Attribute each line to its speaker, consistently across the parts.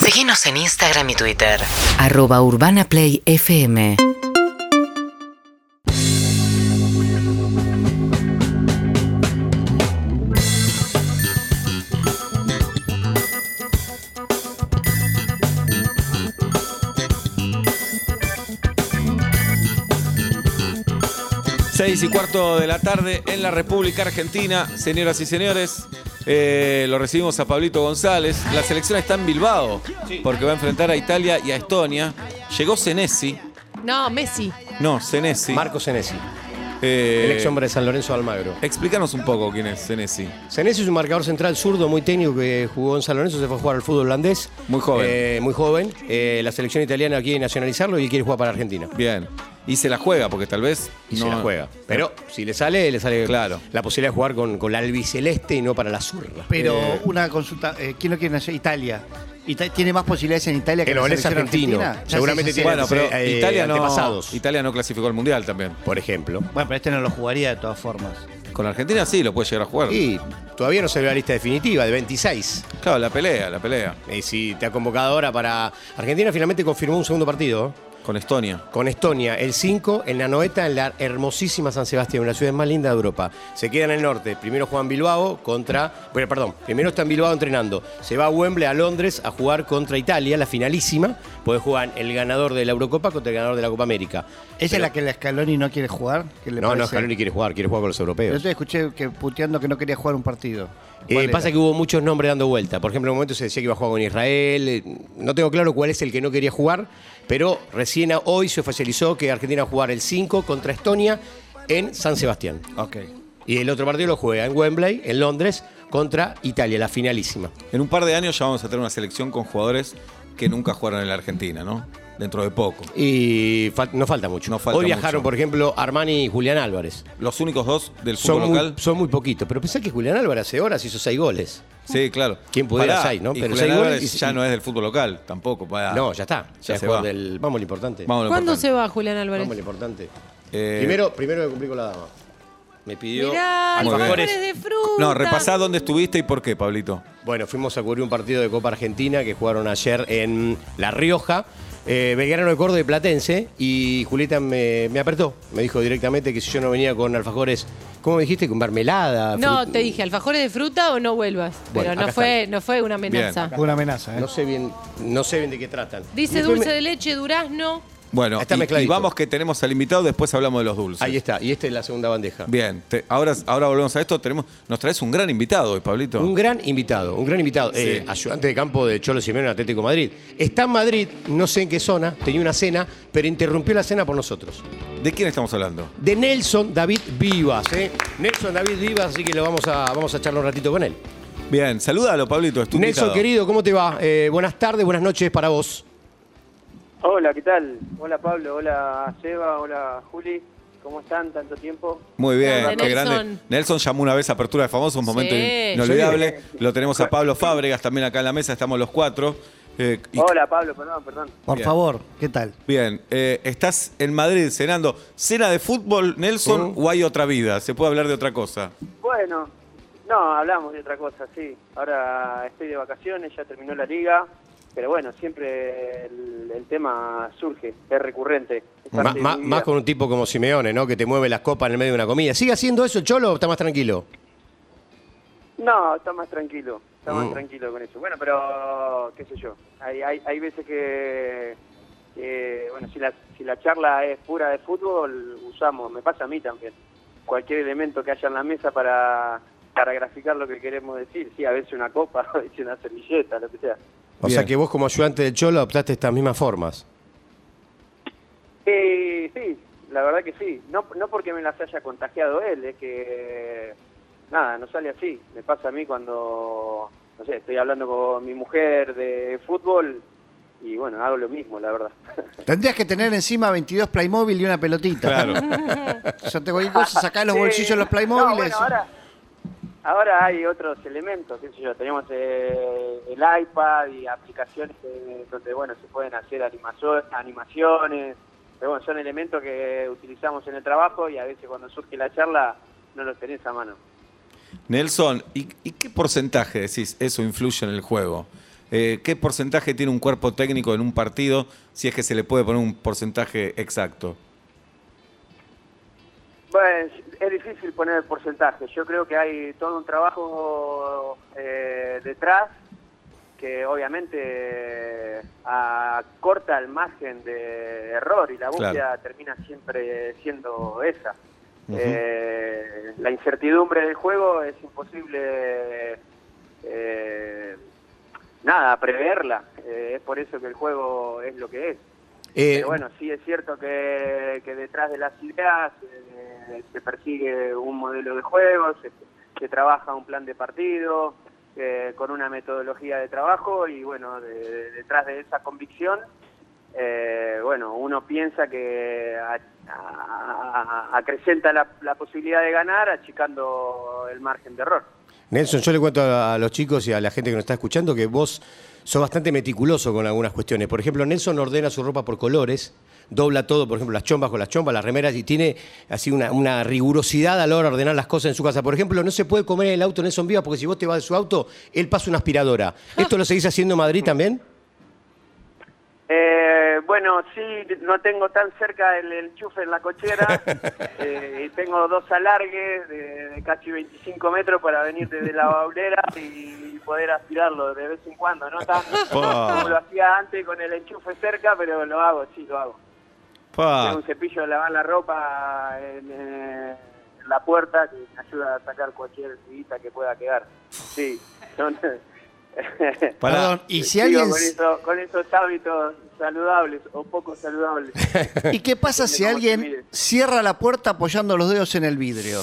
Speaker 1: Seguinos en Instagram y Twitter.
Speaker 2: arroba urbanaplayfm
Speaker 3: Seis y cuarto de la tarde en la República Argentina, señoras y señores. eh, lo recibimos a Pablito González. La selección está en Bilbao porque va a enfrentar a Italia y a Estonia. Llegó Senesi.
Speaker 4: No, Messi.
Speaker 3: No, Senesi.
Speaker 5: Marco Senesi,
Speaker 3: Eh,
Speaker 5: el ex hombre de San Lorenzo de Almagro.
Speaker 3: Explícanos un poco quién es Senesi.
Speaker 5: Senesi es un marcador central zurdo muy técnico que jugó en San Lorenzo, se fue a jugar al fútbol holandés.
Speaker 3: Muy joven.
Speaker 5: Eh, muy joven. Eh, la selección italiana quiere nacionalizarlo y él quiere jugar para Argentina.
Speaker 3: Bien. Y se la juega porque tal vez
Speaker 5: Y
Speaker 3: no
Speaker 5: se la juega. Pero si le sale, le sale
Speaker 3: Claro.
Speaker 5: la posibilidad de jugar con, con la albiceleste y no para la zurda.
Speaker 6: Pero
Speaker 3: Eh.
Speaker 6: una consulta, eh, ¿quién lo quiere hacer? Italia. Ita- ¿Tiene más posibilidades en Italia que
Speaker 5: El
Speaker 6: en la
Speaker 5: Oles
Speaker 6: selección
Speaker 5: argentino.
Speaker 6: argentina? Ya
Speaker 5: Seguramente
Speaker 6: se hizo
Speaker 5: tiene-
Speaker 3: Bueno, pero
Speaker 5: Eh, eh,
Speaker 3: Italia no
Speaker 5: antepasados.
Speaker 3: Italia no clasificó al mundial también.
Speaker 5: Por ejemplo.
Speaker 6: hacer. Bueno, pero este no lo jugaría de todas formas.
Speaker 3: Con Argentina sí lo puede llegar a jugar.
Speaker 5: Y todavía no se ve la lista definitiva, de 26.
Speaker 3: Claro, la pelea, la pelea
Speaker 5: Y si te ha convocado ahora para. Argentina finalmente confirmó un segundo partido.
Speaker 3: con Estonia.
Speaker 5: Con Estonia, el 5, en la noeta, en la hermosísima San Sebastián, una ciudad más linda de Europa. Se queda en el norte. Primero juegan Bilbao contra. Bueno, perdón, primero está en Bilbao entrenando. Se va a Wembley, a Londres, a jugar contra Italia, la finalísima. Pues juegan el ganador de la Eurocopa contra el ganador de la Copa América.
Speaker 6: ¿Esa es la que la Scaloni no quiere jugar? ¿Qué le
Speaker 5: No, no,
Speaker 6: parece?
Speaker 5: Scaloni quiere jugar, quiere jugar con los
Speaker 6: Yo
Speaker 5: europeos.
Speaker 6: te escuché que puteando que no quería jugar un partido.
Speaker 5: Eh,
Speaker 6: ¿Cuál era?
Speaker 5: pasa que hubo muchos nombres dando vuelta. Por ejemplo, en un momento se decía que iba a jugar con Israel. eh, No tengo claro cuál es el que no quería jugar, pero recién a- hoy se oficializó que Argentina va a jugar el 5 contra Estonia en San Sebastián.
Speaker 3: Ok.
Speaker 5: Y el otro partido lo juega en Wembley, en Londres, contra Italia, la finalísima.
Speaker 3: En un par de años ya vamos a tener una selección con jugadores que nunca jugaron en la Argentina, ¿no? Dentro de poco.
Speaker 5: Y fal- no falta mucho.
Speaker 3: No falta
Speaker 5: Hoy viajaron,
Speaker 3: mucho.
Speaker 5: por ejemplo, Armani y Julián Álvarez.
Speaker 3: Los únicos dos del fútbol
Speaker 5: Son muy,
Speaker 3: local.
Speaker 5: son muy poquitos, pero pensá que Julián Álvarez hace horas hizo seis goles.
Speaker 3: Sí, claro.
Speaker 5: ¿Quién pudiera?
Speaker 3: Pará,
Speaker 5: Seis, ¿no?
Speaker 3: y
Speaker 5: Pero
Speaker 3: Julián
Speaker 5: seis goles
Speaker 3: Álvarez
Speaker 5: y-
Speaker 3: ya no es del fútbol local, tampoco. pará.
Speaker 5: No, ya está.
Speaker 3: Ah. Ya
Speaker 5: Ya, es
Speaker 3: se
Speaker 5: jugador
Speaker 3: va.
Speaker 5: del- Vamos a lo importante.
Speaker 3: Vamos a lo
Speaker 4: ¿Cuándo
Speaker 3: importante.
Speaker 4: se va Julián Álvarez?
Speaker 5: Vamos a lo importante.
Speaker 3: Eh,
Speaker 5: primero, primero que cumplir con la dama. Me pidió
Speaker 4: Mirá,
Speaker 3: Muy bien.
Speaker 4: alfajores de fruta.
Speaker 3: No, repasá dónde estuviste y por qué, Pablito.
Speaker 5: Bueno, fuimos a cubrir un partido de Copa Argentina que jugaron ayer en La Rioja. eh, Belgrano de Córdoba y Platense. Y Julieta me, me apretó. Me dijo directamente que si yo no venía con alfajores, ¿cómo me dijiste? Con mermelada.
Speaker 4: No,
Speaker 5: frut-
Speaker 4: te dije, alfajores de fruta o no vuelvas.
Speaker 5: Bueno,
Speaker 4: Pero no
Speaker 5: acá
Speaker 4: fue, no fue una amenaza.
Speaker 6: Una amenaza, ¿eh?
Speaker 5: No sé bien, no sé bien de qué tratan.
Speaker 4: Dice
Speaker 5: Después
Speaker 4: dulce
Speaker 5: me-
Speaker 4: de leche, durazno.
Speaker 3: Bueno,
Speaker 5: Está
Speaker 3: y- y,
Speaker 5: mezcladito.
Speaker 3: vamos que tenemos al invitado, después hablamos de los dulces.
Speaker 5: Ahí está, y esta es la segunda bandeja.
Speaker 3: Bien, te- ahora, ahora volvemos a esto. Tenemos, nos traes un gran invitado hoy, Pablito.
Speaker 5: Un gran invitado, un gran invitado. Eh, ayudante de campo de Cholo Simeone en Atlético de Madrid. Está en Madrid, no sé en qué zona, tenía una cena, pero interrumpió la cena por nosotros.
Speaker 3: ¿De quién estamos hablando?
Speaker 5: De Nelson David Vivas, ¿eh? Nelson David Vivas, así que lo vamos a, vamos a charlar un ratito con él.
Speaker 3: Bien, salúdalo, Pablito. es tu
Speaker 5: Nelson,
Speaker 3: invitado.
Speaker 5: querido, ¿cómo te va? Eh, buenas tardes, buenas noches para vos.
Speaker 7: Hola, ¿qué tal? Hola Pablo, hola Seba, hola Juli. ¿Cómo están? Tanto tiempo.
Speaker 3: Muy bien,
Speaker 4: Grande,
Speaker 3: qué
Speaker 4: Nelson.
Speaker 3: grande. Nelson llamó una vez a Apertura de Famosos, un momento
Speaker 4: Sí.
Speaker 3: inolvidable. Lo tenemos a Pablo Fábregas también acá en la mesa, estamos los cuatro. Eh, y-
Speaker 7: Hola Pablo, perdón, perdón.
Speaker 6: Por
Speaker 3: Bien.
Speaker 6: favor, ¿qué tal?
Speaker 3: Bien, eh, estás en Madrid cenando. ¿Cena de fútbol, Nelson, o hay otra vida? ¿Se puede hablar de otra cosa?
Speaker 7: Bueno, no, hablamos de otra cosa, sí. Ahora estoy de vacaciones, ya terminó la liga. Pero bueno, siempre el, el tema surge, es recurrente. es parte
Speaker 5: Ma-
Speaker 7: de
Speaker 5: ma-
Speaker 7: mi vida.
Speaker 5: más con un tipo como Simeone, ¿no? Que te mueve las copas en el medio de una comida. ¿Sigue haciendo eso, Cholo, o está más tranquilo?
Speaker 7: No, está más tranquilo, está más
Speaker 5: Mm.
Speaker 7: tranquilo con eso. Bueno, pero qué sé yo, hay, hay, hay veces que, que, bueno, si la, si la charla es pura de fútbol, usamos, me pasa a mí también, cualquier elemento que haya en la mesa para, para graficar lo que queremos decir, sí, a veces una copa, a veces una servilleta, lo que sea.
Speaker 5: O
Speaker 3: Bien.
Speaker 5: sea que vos como ayudante del Cholo adoptaste estas mismas formas.
Speaker 7: Eh, sí, la verdad que sí. No, no porque me las haya contagiado él, es que nada, no sale así. Me pasa a mí cuando, no sé, estoy hablando con mi mujer de fútbol y bueno, hago lo mismo, la verdad.
Speaker 6: Tendrías que tener encima 22 Playmobil y una pelotita.
Speaker 3: Claro.
Speaker 6: Yo te voy a sacar los bolsillos
Speaker 7: Sí.
Speaker 6: los Playmobiles.
Speaker 7: No, bueno, ahora, ahora hay otros elementos, qué sé yo, tenemos eh, el iPad y aplicaciones eh, donde, bueno, se pueden hacer animazo- animaciones, pero bueno, son elementos que utilizamos en el trabajo y a veces cuando surge la charla no los tenés a mano.
Speaker 3: Nelson, ¿y, y qué porcentaje decís eso influye en el juego? eh, ¿qué porcentaje tiene un cuerpo técnico en un partido si es que se le puede poner un porcentaje exacto?
Speaker 7: Bueno, es- es difícil poner el porcentaje. Yo creo que hay todo un trabajo eh, detrás que obviamente eh, acorta el margen de error y la búsqueda termina siempre siendo esa.
Speaker 3: Ujú.
Speaker 7: Eh, la incertidumbre del juego es imposible eh, nada preverla. Eh, es por eso que el juego es lo que es.
Speaker 5: Eh,
Speaker 7: Pero bueno, sí es cierto que, que detrás de las ideas eh, se persigue un modelo de juego, se, se trabaja un plan de partido, eh, con una metodología de trabajo y bueno, de- de- detrás de esa convicción, eh, bueno, uno piensa que a- a- a- acrecenta la, la posibilidad de ganar achicando el margen de error.
Speaker 5: Nelson, yo le cuento a a los chicos y a la gente que nos está escuchando que vos sos bastante meticuloso con algunas cuestiones. Por ejemplo, Nelson ordena su ropa por colores, dobla todo, por ejemplo, las chombas con las chombas, las remeras, y tiene así una, una rigurosidad a la hora de ordenar las cosas en su casa. Por ejemplo, no se puede comer en el auto Nelson Viva porque si vos te vas de su auto, él pasa una aspiradora. ¿Esto lo seguís haciendo en Madrid también?
Speaker 7: Eh, bueno, sí, no tengo tan cerca el enchufe en la cochera eh, y tengo dos alargues de, de casi 25 metros para venir desde la baulera y poder aspirarlo de vez en cuando, ¿no? Tan-
Speaker 3: Pa.
Speaker 7: como lo hacía antes con el enchufe cerca, pero lo hago, sí, lo hago. Tengo
Speaker 3: Pa,
Speaker 7: un cepillo de lavar la ropa en, eh, en la puerta que me ayuda a sacar cualquier guita que pueda quedar. Sí, son...
Speaker 3: pará.
Speaker 6: Perdón, y si
Speaker 7: Sigo
Speaker 6: alguien...
Speaker 7: con, eso- con esos hábitos saludables o poco saludables.
Speaker 6: ¿Y qué pasa
Speaker 7: Depende
Speaker 6: si
Speaker 7: cómo te
Speaker 6: alguien
Speaker 7: mires.
Speaker 6: cierra la puerta apoyando los dedos en el vidrio?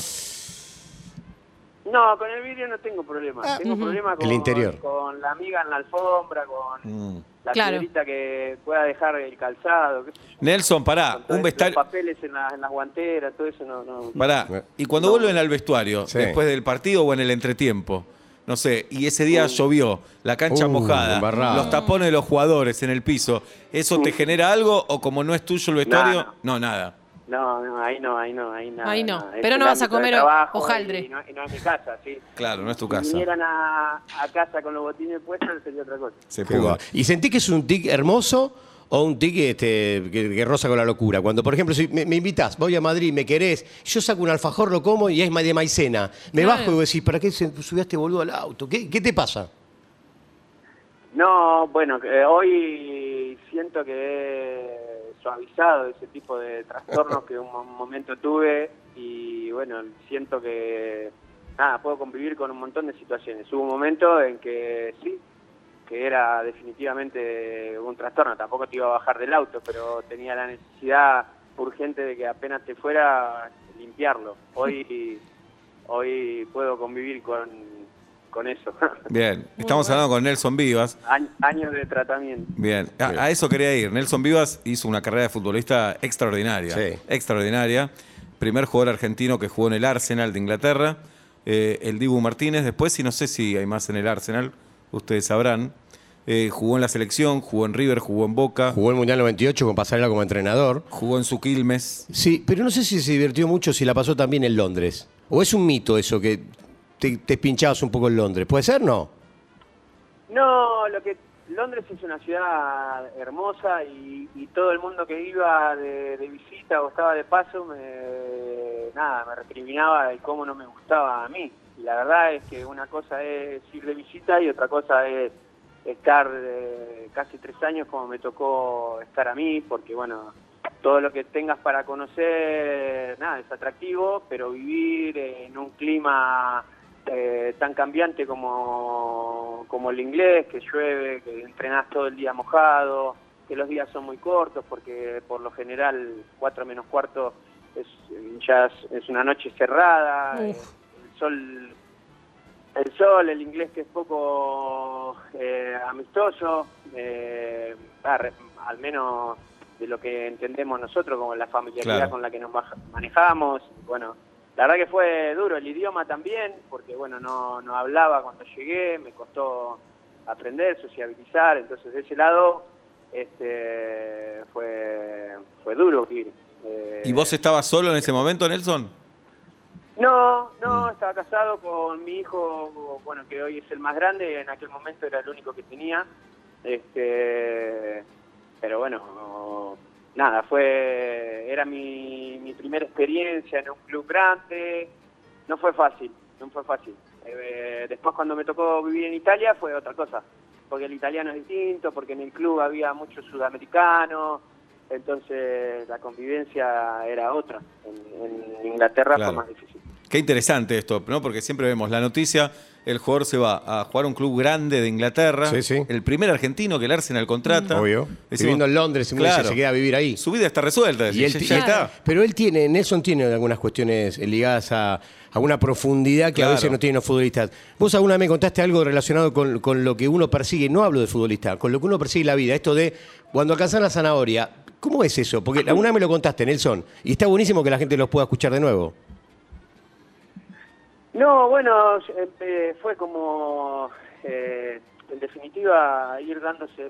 Speaker 7: No, con el vidrio no tengo problema.
Speaker 6: Ah,
Speaker 7: tengo problema con,
Speaker 5: El interior.
Speaker 7: con la amiga en la alfombra, con
Speaker 3: Mm.
Speaker 7: la
Speaker 4: Claro.
Speaker 7: piedrita que pueda dejar el calzado. qué sé yo.
Speaker 3: Nelson, pará,
Speaker 7: Con todo
Speaker 3: un
Speaker 7: eso, los
Speaker 3: vestuario.
Speaker 7: papeles en, la- en las guanteras, todo eso no... no.
Speaker 3: Pará. Y cuando vuelven al vestuario,
Speaker 5: Sí.
Speaker 3: después del partido o en el entretiempo, no sé, y ese
Speaker 7: Uh.
Speaker 3: día llovió, la cancha
Speaker 5: Uh,
Speaker 3: mojada,
Speaker 5: embarrado.
Speaker 3: los tapones de los jugadores en el piso, ¿eso te genera algo o como no es tuyo el vestuario?
Speaker 7: Uh. Nada.
Speaker 3: No, nada.
Speaker 7: No, no, ahí no, ahí no, ahí nada.
Speaker 4: Ahí no.
Speaker 7: nada. Es
Speaker 4: Pero no
Speaker 7: el
Speaker 4: vas a
Speaker 7: ámbito de
Speaker 4: comer
Speaker 7: trabajo
Speaker 4: hojaldre.
Speaker 7: Y no, y no es mi casa, sí.
Speaker 3: Claro, no es tu
Speaker 7: Si
Speaker 3: casa.
Speaker 7: vinieran a, a casa con los botines puestos sería otra cosa.
Speaker 3: Se
Speaker 5: Qué
Speaker 3: pudo.
Speaker 5: guay. ¿Y sentí que es un tic hermoso o un tic este, que, que roza con la locura? Cuando, por ejemplo, si me, me invitás, voy a Madrid, me querés, yo saco un alfajor, lo como y es ma- de maicena. Me
Speaker 4: Claro.
Speaker 5: bajo y vos decís, ¿para qué se- subí a este boludo al auto? ¿Qué, qué te pasa?
Speaker 7: No, bueno, que eh, hoy siento que he suavizado ese tipo de trastornos que un mo- momento tuve y bueno, siento que nada, puedo convivir con un montón de situaciones. Hubo un momento en que sí, que era definitivamente un trastorno, tampoco te iba a bajar del auto, pero tenía la necesidad urgente de que apenas te fuera limpiarlo. Hoy hoy puedo convivir con con eso.
Speaker 3: Bien, estamos hablando con Nelson Vivas.
Speaker 7: Añ- Años de tratamiento.
Speaker 3: Bien, a, a eso quería ir. Nelson Vivas hizo una carrera de futbolista extraordinaria.
Speaker 5: Sí.
Speaker 3: Extraordinaria. Primer jugador argentino que jugó en el Arsenal de Inglaterra. Eh, el Dibu Martínez después, y no sé si hay más en el Arsenal, ustedes sabrán. Eh, jugó en la selección, jugó en River, jugó en Boca,
Speaker 5: Jugó el Mundial 98 con Pasarela como entrenador.
Speaker 3: jugó en su Quilmes.
Speaker 5: Sí, pero no sé si se divirtió mucho si la pasó también en Londres. ¿O es un mito eso que te, te pinchabas un poco en Londres? ¿Puede ser, no?
Speaker 7: No, lo que Londres es una ciudad hermosa y, y todo el mundo que iba de, de visita o estaba de paso me nada me recriminaba de cómo no me gustaba a mí. Y la verdad es que una cosa es ir de visita y otra cosa es estar eh, casi tres años como me tocó estar a mí, porque bueno, todo lo que tengas para conocer, nada, es atractivo, pero vivir en un clima eh, tan cambiante como, como el inglés, que llueve, que entrenás todo el día mojado, que los días son muy cortos, porque por lo general 4 menos cuarto es, ya es, es una noche cerrada, eh, el sol el sol, el inglés que es poco eh, amistoso, eh, ah, re- al menos de lo que entendemos nosotros, como la familiaridad
Speaker 3: Claro.
Speaker 7: con la que nos maja- manejamos. Bueno, la verdad que fue duro el idioma también, porque bueno, no, no hablaba cuando llegué, me costó aprender, sociabilizar, entonces de ese lado este, fue, fue duro vivir. Eh,
Speaker 3: ¿Y vos estabas solo en ese momento, Nelson?
Speaker 7: No, no, estaba casado con mi hijo, bueno, que hoy es el más grande, en aquel momento era el único que tenía. Este, pero bueno, nada, fue era mi, mi primera experiencia en un club grande. No fue fácil, no fue fácil. Eh, después cuando me tocó vivir en Italia fue otra cosa, porque el italiano es distinto, porque en el club había muchos sudamericanos, entonces la convivencia era otra. En, en Inglaterra
Speaker 3: Claro.
Speaker 7: fue más difícil.
Speaker 3: Qué interesante esto, ¿no? Porque siempre vemos la noticia, el jugador se va a jugar a un club grande de Inglaterra.
Speaker 5: Sí, sí.
Speaker 3: El primer argentino que el Arsenal contrata.
Speaker 5: Obvio.
Speaker 3: Decimos,
Speaker 5: Viviendo en Londres, y uno dice,
Speaker 3: claro,
Speaker 5: se queda a vivir ahí.
Speaker 3: Su vida está resuelta.
Speaker 5: Y
Speaker 3: decís, ya,
Speaker 5: él ti-
Speaker 3: ya está.
Speaker 5: Pero él tiene, Nelson tiene algunas cuestiones eh, ligadas a, a una profundidad que
Speaker 3: Claro.
Speaker 5: a veces no tienen los futbolistas. Vos alguna vez me contaste algo relacionado con, con lo que uno persigue, no hablo de futbolista, con lo que uno persigue en la vida, esto de cuando alcanzan la zanahoria, ¿cómo es eso?
Speaker 3: Ah,
Speaker 5: Porque alguna vez me lo contaste, Nelson, y está buenísimo que la gente los pueda escuchar de nuevo.
Speaker 7: No, bueno, eh, eh, fue como, eh, en definitiva, ir dándose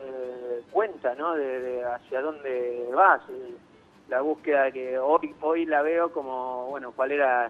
Speaker 7: cuenta, ¿no? De, de hacia dónde vas. eh, La búsqueda que hoy, hoy la veo como, bueno, cuál era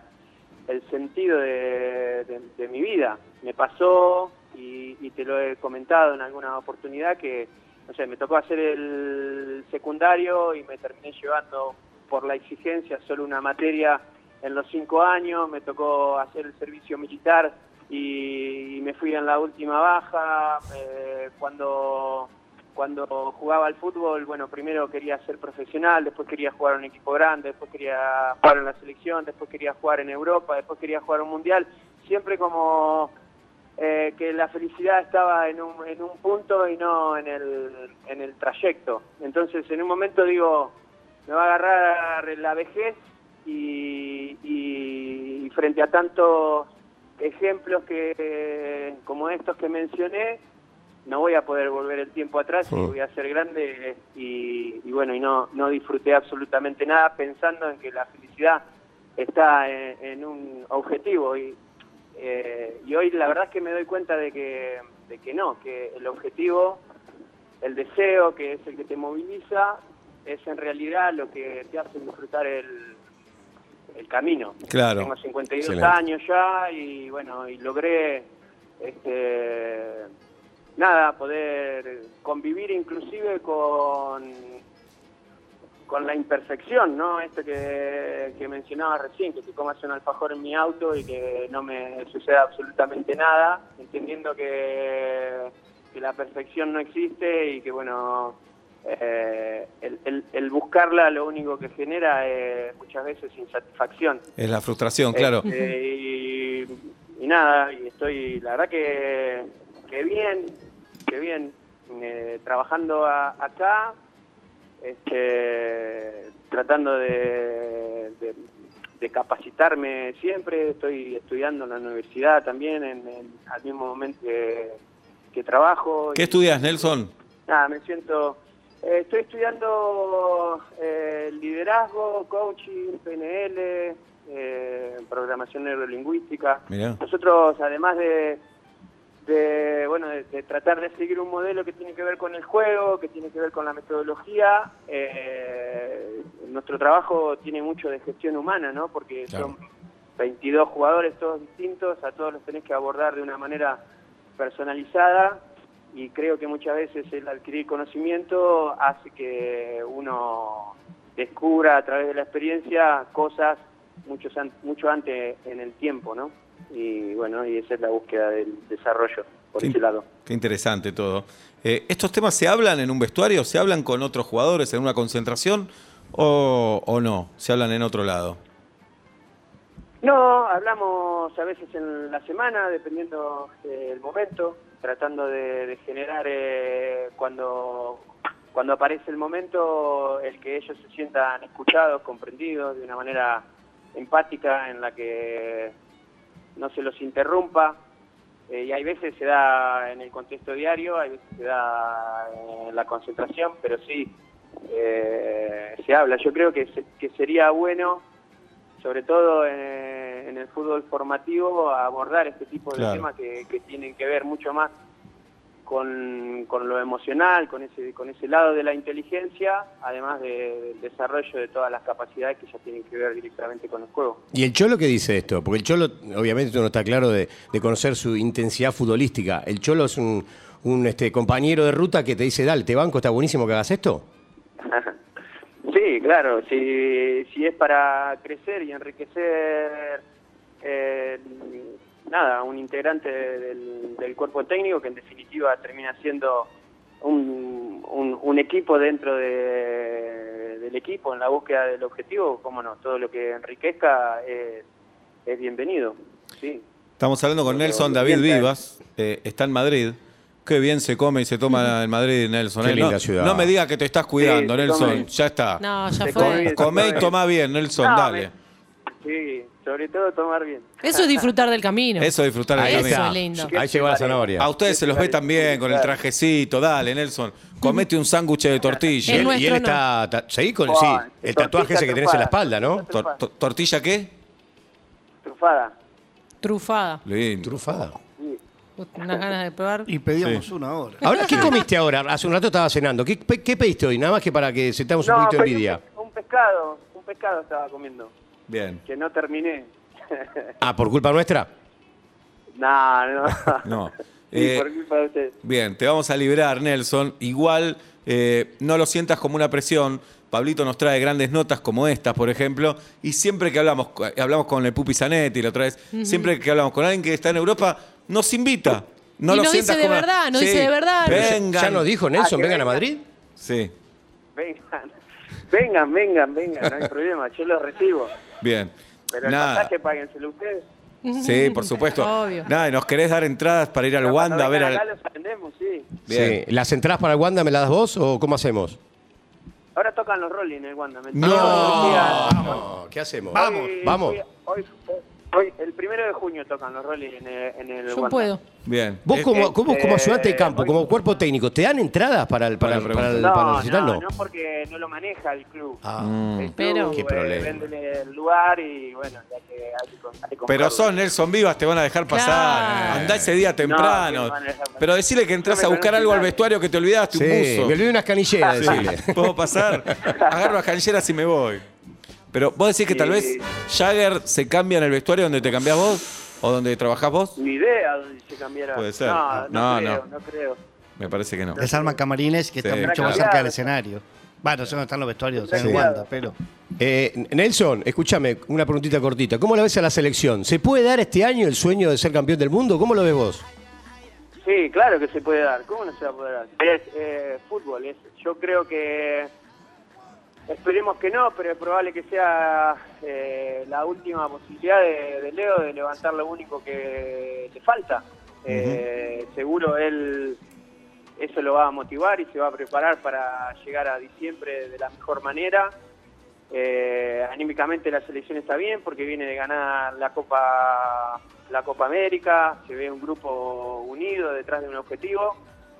Speaker 7: el sentido de, de- de mi vida. Me pasó, y, y te lo he comentado en alguna oportunidad, que, no sé, me tocó hacer el secundario y me terminé llevando por la exigencia solo una materia en los cinco años, me tocó hacer el servicio militar y, y me fui en la última baja. eh, cuando, cuando jugaba al fútbol, bueno, primero quería ser profesional, después quería jugar en un equipo grande, después quería jugar en la selección, después quería jugar en Europa, después quería jugar un mundial, siempre como eh, que la felicidad estaba en un, en un punto y no en el, en el trayecto. Entonces, en un momento digo, me va a agarrar la vejez y, y- y frente a tantos ejemplos que como estos que mencioné, no voy a poder volver el tiempo atrás y
Speaker 5: Mm.
Speaker 7: voy a ser grande y, y bueno, y no, no disfruté absolutamente nada pensando en que la felicidad está en, en un objetivo y, eh, y hoy la verdad es que me doy cuenta de que, de que no, que el objetivo, el deseo que es el que te moviliza, es en realidad lo que te hace disfrutar el, el camino.
Speaker 3: Claro.
Speaker 7: Tengo 52
Speaker 5: Excelente.
Speaker 7: años ya y bueno, y logré este nada, poder convivir inclusive con con la imperfección, ¿no? Esto que, que mencionaba recién, que te comas un alfajor en mi auto y que no me suceda absolutamente nada, entendiendo que, que la perfección no existe y que, bueno, eh, el, el- el buscarla lo único que genera es muchas veces insatisfacción.
Speaker 3: Es la frustración, claro.
Speaker 7: Este, y, y nada, y estoy, la verdad que, que bien, que bien, eh, trabajando a- acá, este, tratando de, de- de capacitarme siempre, estoy estudiando en la universidad también, en, en- al mismo momento que, que trabajo.
Speaker 3: ¿Qué
Speaker 7: y-
Speaker 3: estudias, Nelson?
Speaker 7: Nada, me siento. eh, estoy estudiando eh, liderazgo, coaching, PNL, eh, programación neurolingüística.
Speaker 3: Mirá.
Speaker 7: Nosotros, además de, de, bueno, de, de tratar de seguir un modelo que tiene que ver con el juego, que tiene que ver con la metodología, eh, nuestro trabajo tiene mucho de gestión humana, ¿no? Porque
Speaker 5: Claro.
Speaker 7: son 22 jugadores, todos distintos, a todos los tenés que abordar de una manera personalizada y creo que muchas veces el adquirir conocimiento hace que uno descubra a través de la experiencia cosas muchos an- mucho antes en el tiempo, ¿no? Y bueno, y esa es la búsqueda del desarrollo por
Speaker 3: Qué in-
Speaker 7: ese lado.
Speaker 3: Qué interesante todo. Eh, ¿Estos temas se hablan en un vestuario? ¿Se hablan con otros jugadores en una concentración? ¿O, o no? ¿Se hablan en otro lado?
Speaker 7: No, hablamos a veces en la semana, dependiendo del momento, tratando de, de generar eh, cuando cuando aparece el momento el que ellos se sientan escuchados, comprendidos de una manera empática en la que no se los interrumpa. Eh, y hay veces se da en el contexto diario, hay veces se da en la concentración, pero sí eh, se habla. Yo creo que, se- que sería bueno, sobre todo eh, en el fútbol formativo, abordar este tipo de
Speaker 3: Claro.
Speaker 7: temas que, que tienen que ver mucho más con, con lo emocional, con ese, con ese lado de la inteligencia, además de- del desarrollo de todas las capacidades que ya tienen que ver directamente con el juego.
Speaker 5: ¿Y el Cholo qué dice de esto? Porque el Cholo, obviamente, uno está claro de, de conocer su intensidad futbolística. El Cholo es un, un, este, compañero de ruta que te dice, dale, te banco, está buenísimo que hagas esto.
Speaker 7: Sí, claro, si, si es para crecer y enriquecer eh, nada, un integrante del, del cuerpo técnico que en definitiva termina siendo un, un- un equipo dentro de- del equipo en la búsqueda del objetivo, cómo no, todo lo que enriquezca es, es bienvenido. Sí.
Speaker 3: Estamos hablando con Nelson David Vivas, eh, está en Madrid. Qué bien se come y se toma en Madrid, Nelson.
Speaker 5: Qué
Speaker 3: eh.
Speaker 5: linda
Speaker 3: no,
Speaker 5: ciudad.
Speaker 3: no me digas que te estás cuidando,
Speaker 7: Sí, se
Speaker 3: Nelson.
Speaker 7: come.
Speaker 3: Ya está.
Speaker 4: No, ya
Speaker 7: Se
Speaker 4: fue.
Speaker 7: come.
Speaker 3: Comé y tomá bien, Nelson,
Speaker 7: No,
Speaker 3: dale.
Speaker 7: Sí, sobre todo tomar bien.
Speaker 4: Eso es disfrutar del camino.
Speaker 3: Eso disfrutar
Speaker 4: Ahí
Speaker 3: del
Speaker 4: está.
Speaker 3: camino.
Speaker 4: lindo.
Speaker 5: Ahí llegó la zanahoria.
Speaker 3: A ustedes se los ve también con el trajecito, dale, Nelson. Comete un sándwich de
Speaker 5: Y
Speaker 3: tortilla.
Speaker 4: El
Speaker 5: él,
Speaker 4: nuestro
Speaker 5: y él
Speaker 4: no.
Speaker 5: está. ta- seguí con sí,
Speaker 7: Buah,
Speaker 5: el
Speaker 7: tortilla
Speaker 5: tatuaje ese que tenés en la
Speaker 7: trufada.
Speaker 5: espalda, ¿no?
Speaker 3: Tor- to- ¿Tortilla qué?
Speaker 7: Trufada.
Speaker 4: Trufada.
Speaker 3: Lindo.
Speaker 5: Trufada.
Speaker 4: Unas ganas de probar.
Speaker 6: Y pedíamos una hora.
Speaker 5: Ahora, ¿qué comiste ahora? Hace un rato estaba cenando. ¿Qué, pe- qué pediste hoy? Nada más que para que sentamos un poquito de
Speaker 7: pedí
Speaker 5: envidia.
Speaker 7: pe- un pescado, un pescado estaba comiendo,
Speaker 3: Bien.
Speaker 7: que no terminé.
Speaker 5: Ah, ¿por culpa nuestra?
Speaker 7: no, no.
Speaker 3: No.
Speaker 7: Sí,
Speaker 3: Eh,
Speaker 7: por culpa de ustedes.
Speaker 3: Bien, te vamos a liberar, Nelson. Igual eh, no lo sientas como una presión. Pablito nos trae grandes notas como estas, por ejemplo. Y siempre que hablamos, hablamos con el Pupi Zanetti la otra vez, siempre que hablamos con alguien que está en Europa, nos invita. No
Speaker 4: Y
Speaker 3: lo
Speaker 4: nos
Speaker 3: sientas
Speaker 4: dice de
Speaker 3: como una-
Speaker 4: verdad, nos dice de verdad. Pero ya-
Speaker 3: Vengan.
Speaker 5: Ya nos dijo Nelson,
Speaker 7: Ah, que
Speaker 5: vengan a Madrid.
Speaker 3: Sí,
Speaker 7: Vengan, vengan, vengan, vengan, no hay problema, yo los recibo.
Speaker 3: bien.
Speaker 7: Pero
Speaker 3: Nada.
Speaker 7: el pasaje páguenselo ustedes.
Speaker 3: Sí, por supuesto.
Speaker 4: Obvio.
Speaker 3: Nada, y nos querés dar entradas para ir al
Speaker 7: Pero cuando
Speaker 3: Wanda a ver
Speaker 7: vengan
Speaker 3: al.
Speaker 7: Acá los atendemos, sí.
Speaker 3: Bien.
Speaker 5: Sí. ¿Las entradas para el Wanda me las das vos o cómo hacemos?
Speaker 7: Ahora tocan los Rolling en el Wanda. ¿me
Speaker 3: No.
Speaker 7: entendés? Hoy día-
Speaker 5: No, Oh, ¿Qué hacemos?
Speaker 7: hoy-
Speaker 5: vamos.
Speaker 7: Hoy, hoy- el primero de junio tocan los Rolling en el, en el
Speaker 4: Yo
Speaker 7: Wanda.
Speaker 4: puedo.
Speaker 3: Bien.
Speaker 5: Vos
Speaker 3: Eh,
Speaker 5: como,
Speaker 7: eh,
Speaker 5: como, como
Speaker 7: eh,
Speaker 5: ayudante de campo,
Speaker 7: hoy-
Speaker 5: como cuerpo técnico, ¿te dan entradas para el, para, el-
Speaker 3: Para el
Speaker 5: para el-
Speaker 7: No,
Speaker 5: para el
Speaker 7: no,
Speaker 5: recital? No.
Speaker 7: no, porque no lo maneja el club.
Speaker 5: Ah.
Speaker 3: Mm.
Speaker 7: El club,
Speaker 4: Pero-
Speaker 5: Qué
Speaker 7: eh,
Speaker 5: problema.
Speaker 7: véndele el lugar y bueno, ya que hay que, con- hay que
Speaker 3: Pero
Speaker 7: comprarlo.
Speaker 3: sos Nelson Vivas, te van a dejar pasar.
Speaker 4: Claro.
Speaker 3: Andá ese día
Speaker 7: No,
Speaker 3: temprano.
Speaker 7: que me van a dejar pasar.
Speaker 3: Pero decirle que entras
Speaker 7: No me
Speaker 3: a buscar
Speaker 7: conoce
Speaker 3: algo al
Speaker 7: nadie.
Speaker 3: vestuario que te olvidaste
Speaker 5: Sí, me
Speaker 3: un buzo.
Speaker 5: olvidé unas canilleras, decirle.
Speaker 3: Sí, puedo pasar. Agarro las canilleras y me voy. Pero vos decís que tal vez
Speaker 7: Sí.
Speaker 3: Jagger se cambia en el vestuario donde te cambiás vos o donde trabajás vos.
Speaker 7: Ni idea dónde se cambiara.
Speaker 3: Puede ser.
Speaker 7: No,
Speaker 3: No,
Speaker 7: no,
Speaker 3: no.
Speaker 7: creo, no, creo.
Speaker 3: Me parece que no.
Speaker 6: Desarman camarines que
Speaker 3: Sí,
Speaker 6: están mucho
Speaker 3: claro.
Speaker 6: más cerca del escenario. Bueno, no sé dónde están los vestuarios, están
Speaker 5: Sí.
Speaker 6: en Wanda, pero.
Speaker 5: Eh, Nelson, escúchame, una preguntita cortita. ¿Cómo la ves a la selección? ¿Se puede dar este año el sueño de ser campeón del mundo? ¿Cómo lo ves vos?
Speaker 7: Sí, claro que se puede dar. ¿Cómo no se va a poder dar? Es eh, fútbol. Es, yo creo que. Esperemos que no, pero es probable que sea eh, la última posibilidad de, de Leo de levantar lo único que le falta. Eh, Seguro él. Eso lo va a motivar y se va a preparar para llegar a diciembre de la mejor manera. Eh, anímicamente la selección está bien porque viene de ganar la Copa la Copa América, se ve un grupo unido detrás de un objetivo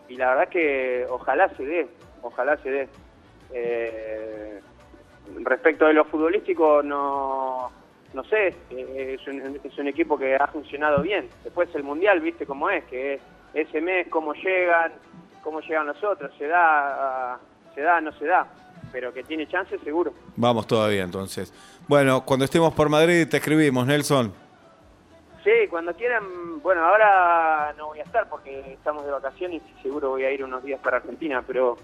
Speaker 7: y la verdad que ojalá se dé, ojalá se dé. Eh, respecto de lo futbolístico no no sé, eh, es un, es un equipo que ha funcionado bien. Después el Mundial, viste cómo es, que es ese mes, cómo llegan, cómo llegan los otros, se da, ah, se da, no se da, pero que tiene chance seguro.
Speaker 3: Vamos todavía entonces. Bueno, cuando estemos por Madrid te escribimos, Nelson.
Speaker 7: Sí, cuando quieran, bueno, ahora no voy a estar porque estamos de vacaciones y seguro voy a ir unos días para Argentina, pero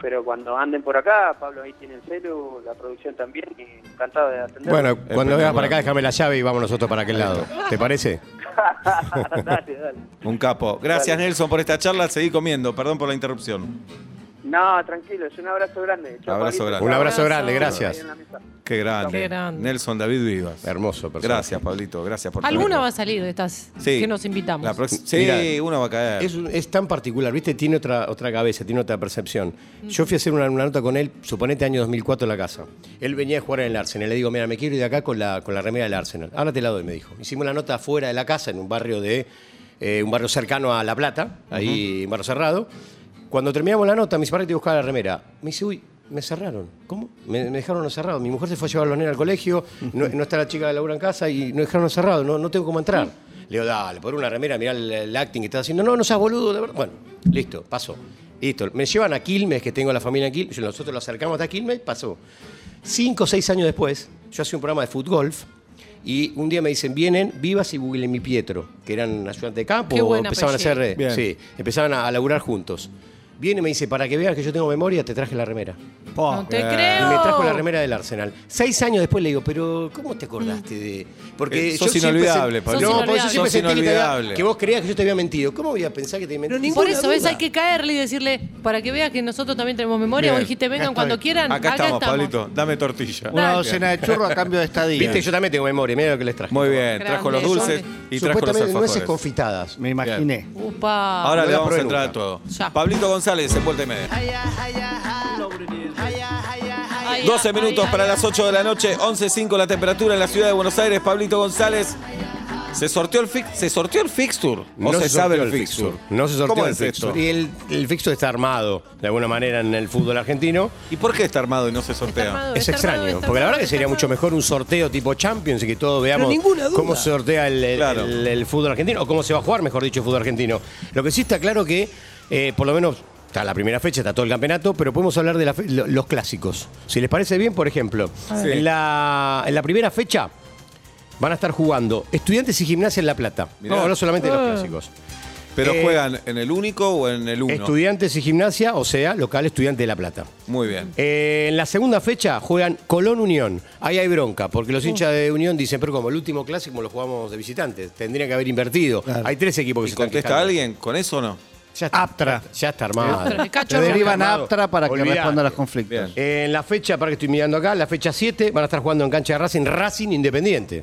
Speaker 7: pero cuando anden por acá, Pablo ahí tiene el celu, la producción también, y encantado de atender.
Speaker 5: Eh, Bueno, cuando vengas
Speaker 3: Espectacular.
Speaker 5: para acá, déjame la llave y vamos nosotros para aquel lado. ¿Te parece?
Speaker 7: dale, dale.
Speaker 3: Un capo. Gracias,
Speaker 7: Dale.
Speaker 3: Nelson, por esta charla. Seguí comiendo. Perdón por la interrupción.
Speaker 7: No, tranquilo, es un abrazo grande. Chau,
Speaker 3: Abrazo
Speaker 7: Pablito,
Speaker 3: grande.
Speaker 5: Un abrazo
Speaker 4: Abrazo.
Speaker 5: grande,
Speaker 7: ahí
Speaker 5: gracias.
Speaker 7: en la mesa.
Speaker 3: Qué grande.
Speaker 4: Qué grande.
Speaker 3: Nelson David Vivas.
Speaker 5: Hermoso personaje.
Speaker 3: Gracias, Pablito. Gracias por
Speaker 4: Alguna
Speaker 3: traerlo.
Speaker 4: va a salir de estas
Speaker 3: Sí.
Speaker 4: que nos invitamos.
Speaker 3: La prox- sí,
Speaker 5: Mirá.
Speaker 3: una va a caer.
Speaker 5: Es, un- es tan particular, ¿viste? Tiene otra, otra cabeza, tiene otra percepción. Yo fui a hacer una, una nota con él, suponete año 2004 en la casa. Él venía a jugar en el Arsenal. Le digo, mira, me quiero ir de acá con la, con la remera del Arsenal. Ahora te la doy, me dijo. Hicimos la nota afuera de la casa, en un barrio de eh, un barrio cercano a La Plata, ahí, un barrio cerrado. Cuando terminamos la nota, me dice, para que te buscaba la remera. Me dice, uy, me cerraron. ¿Cómo? Me, me dejaron cerrado. Mi mujer se fue a llevar a los nenes al colegio, no, no está la chica de labura en casa y no dejaron cerrado, no, no tengo cómo entrar. Le digo, dale, por una remera, mirá el, el acting que estás haciendo. No, no seas boludo, de verdad. Bueno, listo, pasó. Listo. Me llevan a Quilmes, que tengo la familia en Quilmes. Nosotros lo acercamos hasta Quilmes, pasó. Cinco o seis años después, yo hacía un programa de fútbol. Y un día me dicen, vienen Vivas y Guilemi Pietro, que eran ayudantes de campo,
Speaker 4: Qué buen
Speaker 5: empezaban
Speaker 4: apellido.
Speaker 5: a hacer.
Speaker 3: Bien.
Speaker 5: Sí, empezaban a, a laburar juntos. Viene y me dice, para que veas que yo tengo memoria, te traje la remera.
Speaker 4: No
Speaker 3: Ah.
Speaker 4: te
Speaker 5: Y
Speaker 4: creo.
Speaker 5: me trajo la remera del Arsenal. Seis años después le digo, pero ¿cómo te acordaste de.? Porque
Speaker 3: Eh, sos
Speaker 5: siempre
Speaker 3: inolvidable,
Speaker 5: sen-
Speaker 3: Pablo.
Speaker 5: No, por eso
Speaker 4: Sos
Speaker 5: siempre sentí que, te había-
Speaker 3: inolvidable.
Speaker 5: que vos creías que yo te había mentido. ¿Cómo voy a pensar que te mentí?
Speaker 4: Por eso, ¿ves? Hay que caerle y decirle, para que veas que nosotros también tenemos memoria,
Speaker 3: Bien,
Speaker 4: vos dijiste, vengan
Speaker 6: acá
Speaker 4: cuando
Speaker 6: estoy.
Speaker 4: quieran,
Speaker 3: Acá estamos, Pablito. Dame tortilla.
Speaker 6: Una
Speaker 4: Dale.
Speaker 6: docena de churros a cambio de estadía.
Speaker 5: Viste, yo también tengo memoria, mira lo que les traje.
Speaker 3: Muy bien, trajo los
Speaker 4: Grande,
Speaker 3: dulces
Speaker 4: grande.
Speaker 3: y trajo los
Speaker 5: Supuestamente nueces
Speaker 3: alfajores.
Speaker 5: confitadas.
Speaker 6: Me imaginé.
Speaker 4: Upa.
Speaker 3: Ahora
Speaker 5: No
Speaker 3: le
Speaker 5: la
Speaker 3: vamos a
Speaker 5: probé
Speaker 3: entrar
Speaker 5: nunca.
Speaker 3: a todo.
Speaker 4: Ah, Ya.
Speaker 3: Pablito González, en vuelta y media.
Speaker 4: Ay,
Speaker 3: 12
Speaker 4: ay,
Speaker 3: minutos
Speaker 4: ay,
Speaker 3: para
Speaker 4: ay.
Speaker 3: las 8 de la noche, 11.05 la temperatura en la ciudad de Buenos Aires. Pablito González, ¿se sorteó el, fix- se sorteó el fixture? ¿O se, sabe
Speaker 5: sorteó
Speaker 3: el fixture?
Speaker 5: No se sorteó
Speaker 3: ¿Cómo
Speaker 5: el
Speaker 3: es
Speaker 5: fixture.
Speaker 3: esto?
Speaker 5: Y el, el fixture está armado de alguna manera en el fútbol argentino.
Speaker 3: ¿Y por qué está armado y no se
Speaker 4: Está
Speaker 3: sortea?
Speaker 4: armado,
Speaker 5: Es
Speaker 4: está
Speaker 5: extraño,
Speaker 4: armado, está
Speaker 5: porque la verdad
Speaker 4: armado,
Speaker 5: que sería
Speaker 4: está
Speaker 5: mucho
Speaker 4: armado.
Speaker 5: mejor un sorteo tipo Champions y que todos veamos
Speaker 3: ninguna duda.
Speaker 5: cómo se sortea el, el-
Speaker 3: Claro.
Speaker 5: el- el fútbol argentino o cómo se va a jugar, mejor dicho, el fútbol argentino. Lo que sí está claro que, eh, por lo menos, está la primera fecha, está todo el campeonato, pero podemos hablar de la fe- lo- los clásicos. Si les parece bien, por ejemplo,
Speaker 3: ver.
Speaker 5: en, la, en la primera fecha van a estar jugando Estudiantes y Gimnasia en La Plata.
Speaker 3: Mirá.
Speaker 5: No, no solamente los clásicos.
Speaker 3: ¿Pero
Speaker 5: Eh,
Speaker 3: juegan en el único o en el uno?
Speaker 5: Estudiantes y Gimnasia, o sea, local Estudiante de La Plata.
Speaker 3: Muy bien.
Speaker 5: Eh, en la segunda fecha juegan Colón Unión. Ahí hay bronca, porque los hinchas de Unión dicen, pero como el último clásico lo jugamos de visitantes, tendría que haber invertido. Hay tres equipos que
Speaker 3: ¿Y
Speaker 5: se están
Speaker 3: contesta
Speaker 5: quejando.
Speaker 3: alguien con eso o no?
Speaker 5: Ya está,
Speaker 6: Aptra.
Speaker 5: ya está armado.
Speaker 4: Aptra, el
Speaker 6: Te
Speaker 4: cacho.
Speaker 6: derivan a
Speaker 5: armado.
Speaker 6: Aptra para que
Speaker 5: Olvidate.
Speaker 6: responda a los conflictos.
Speaker 5: Eh, En la fecha, para que estoy mirando acá, la fecha 7 van a estar jugando en cancha de Racing, Racing Independiente.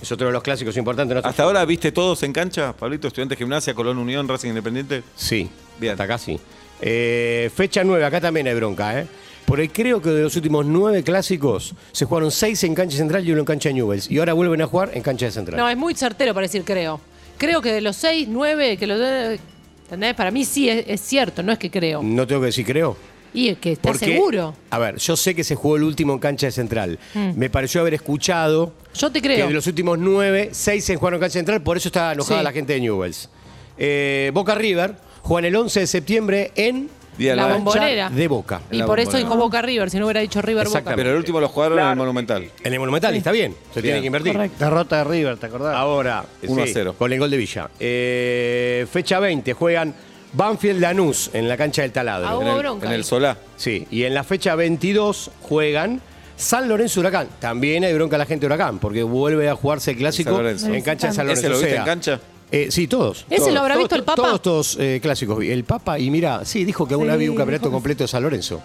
Speaker 5: Es otro de los clásicos importantes. de nuestra-
Speaker 3: ¿Hasta ahora viste todos en cancha? Pablito, Estudiantes Gimnasia, Colón Unión, Racing Independiente.
Speaker 5: Sí,
Speaker 3: Bien.
Speaker 5: hasta acá sí. Eh, fecha 9, acá también hay bronca, ¿eh? Porque creo que de los últimos nueve clásicos se jugaron seis en cancha central y uno en cancha de Newells. Y ahora vuelven a jugar en cancha de central.
Speaker 4: No, es muy certero para decir creo. Creo que de los 6, 9, que los... ¿Entendés? Para mí sí es, es cierto, no es que creo.
Speaker 5: No tengo que decir creo.
Speaker 4: Y es que estás seguro.
Speaker 5: A ver, yo sé que se jugó el último en cancha de central. Me pareció haber escuchado
Speaker 4: Yo te
Speaker 5: que
Speaker 4: creo.
Speaker 5: de los últimos nueve, seis se jugaron en cancha central, por eso está enojada
Speaker 4: Sí.
Speaker 5: la gente de Newells. Eh, Boca River juegan el 11 de septiembre en
Speaker 3: Día de
Speaker 4: La
Speaker 3: la
Speaker 5: cancha
Speaker 4: bombonera.
Speaker 5: de Boca.
Speaker 4: Y
Speaker 3: la
Speaker 4: por eso
Speaker 3: bombonera.
Speaker 4: dijo Boca River, si no hubiera dicho River Boca.
Speaker 5: Exactamente.
Speaker 3: Pero el último lo jugaron en el
Speaker 7: Claro.
Speaker 3: Monumental.
Speaker 5: En el Monumental, y está bien, se tiene
Speaker 3: Bien.
Speaker 5: que invertir.
Speaker 6: Derrota de River, ¿te acordás?
Speaker 5: Ahora,
Speaker 3: 1 a 0.
Speaker 5: Con el gol de Villa. Eh, fecha 20, juegan Banfield Lanús en la cancha del Taladro.
Speaker 4: Ah,
Speaker 3: En
Speaker 4: Hubo
Speaker 3: el,
Speaker 4: bronca
Speaker 3: en
Speaker 4: ahí.
Speaker 3: el Solá.
Speaker 5: Sí, y en la fecha 22 juegan San Lorenzo Huracán. También hay bronca a la gente de Huracán, porque vuelve a jugarse el clásico
Speaker 3: San Lorenzo.
Speaker 5: en cancha de San Lorenzo.
Speaker 3: ¿Ese lo
Speaker 5: o
Speaker 3: viste
Speaker 5: sea,
Speaker 3: en cancha?
Speaker 5: eh, sí, todos.
Speaker 4: ¿Ese
Speaker 5: todos.
Speaker 4: lo habrá
Speaker 5: Todos,
Speaker 4: visto el
Speaker 5: to-
Speaker 4: Papa?
Speaker 5: Todos estos eh, clásicos. vi. El Papa, y mira, sí, dijo que alguna vez vi un campeonato completo de San Lorenzo,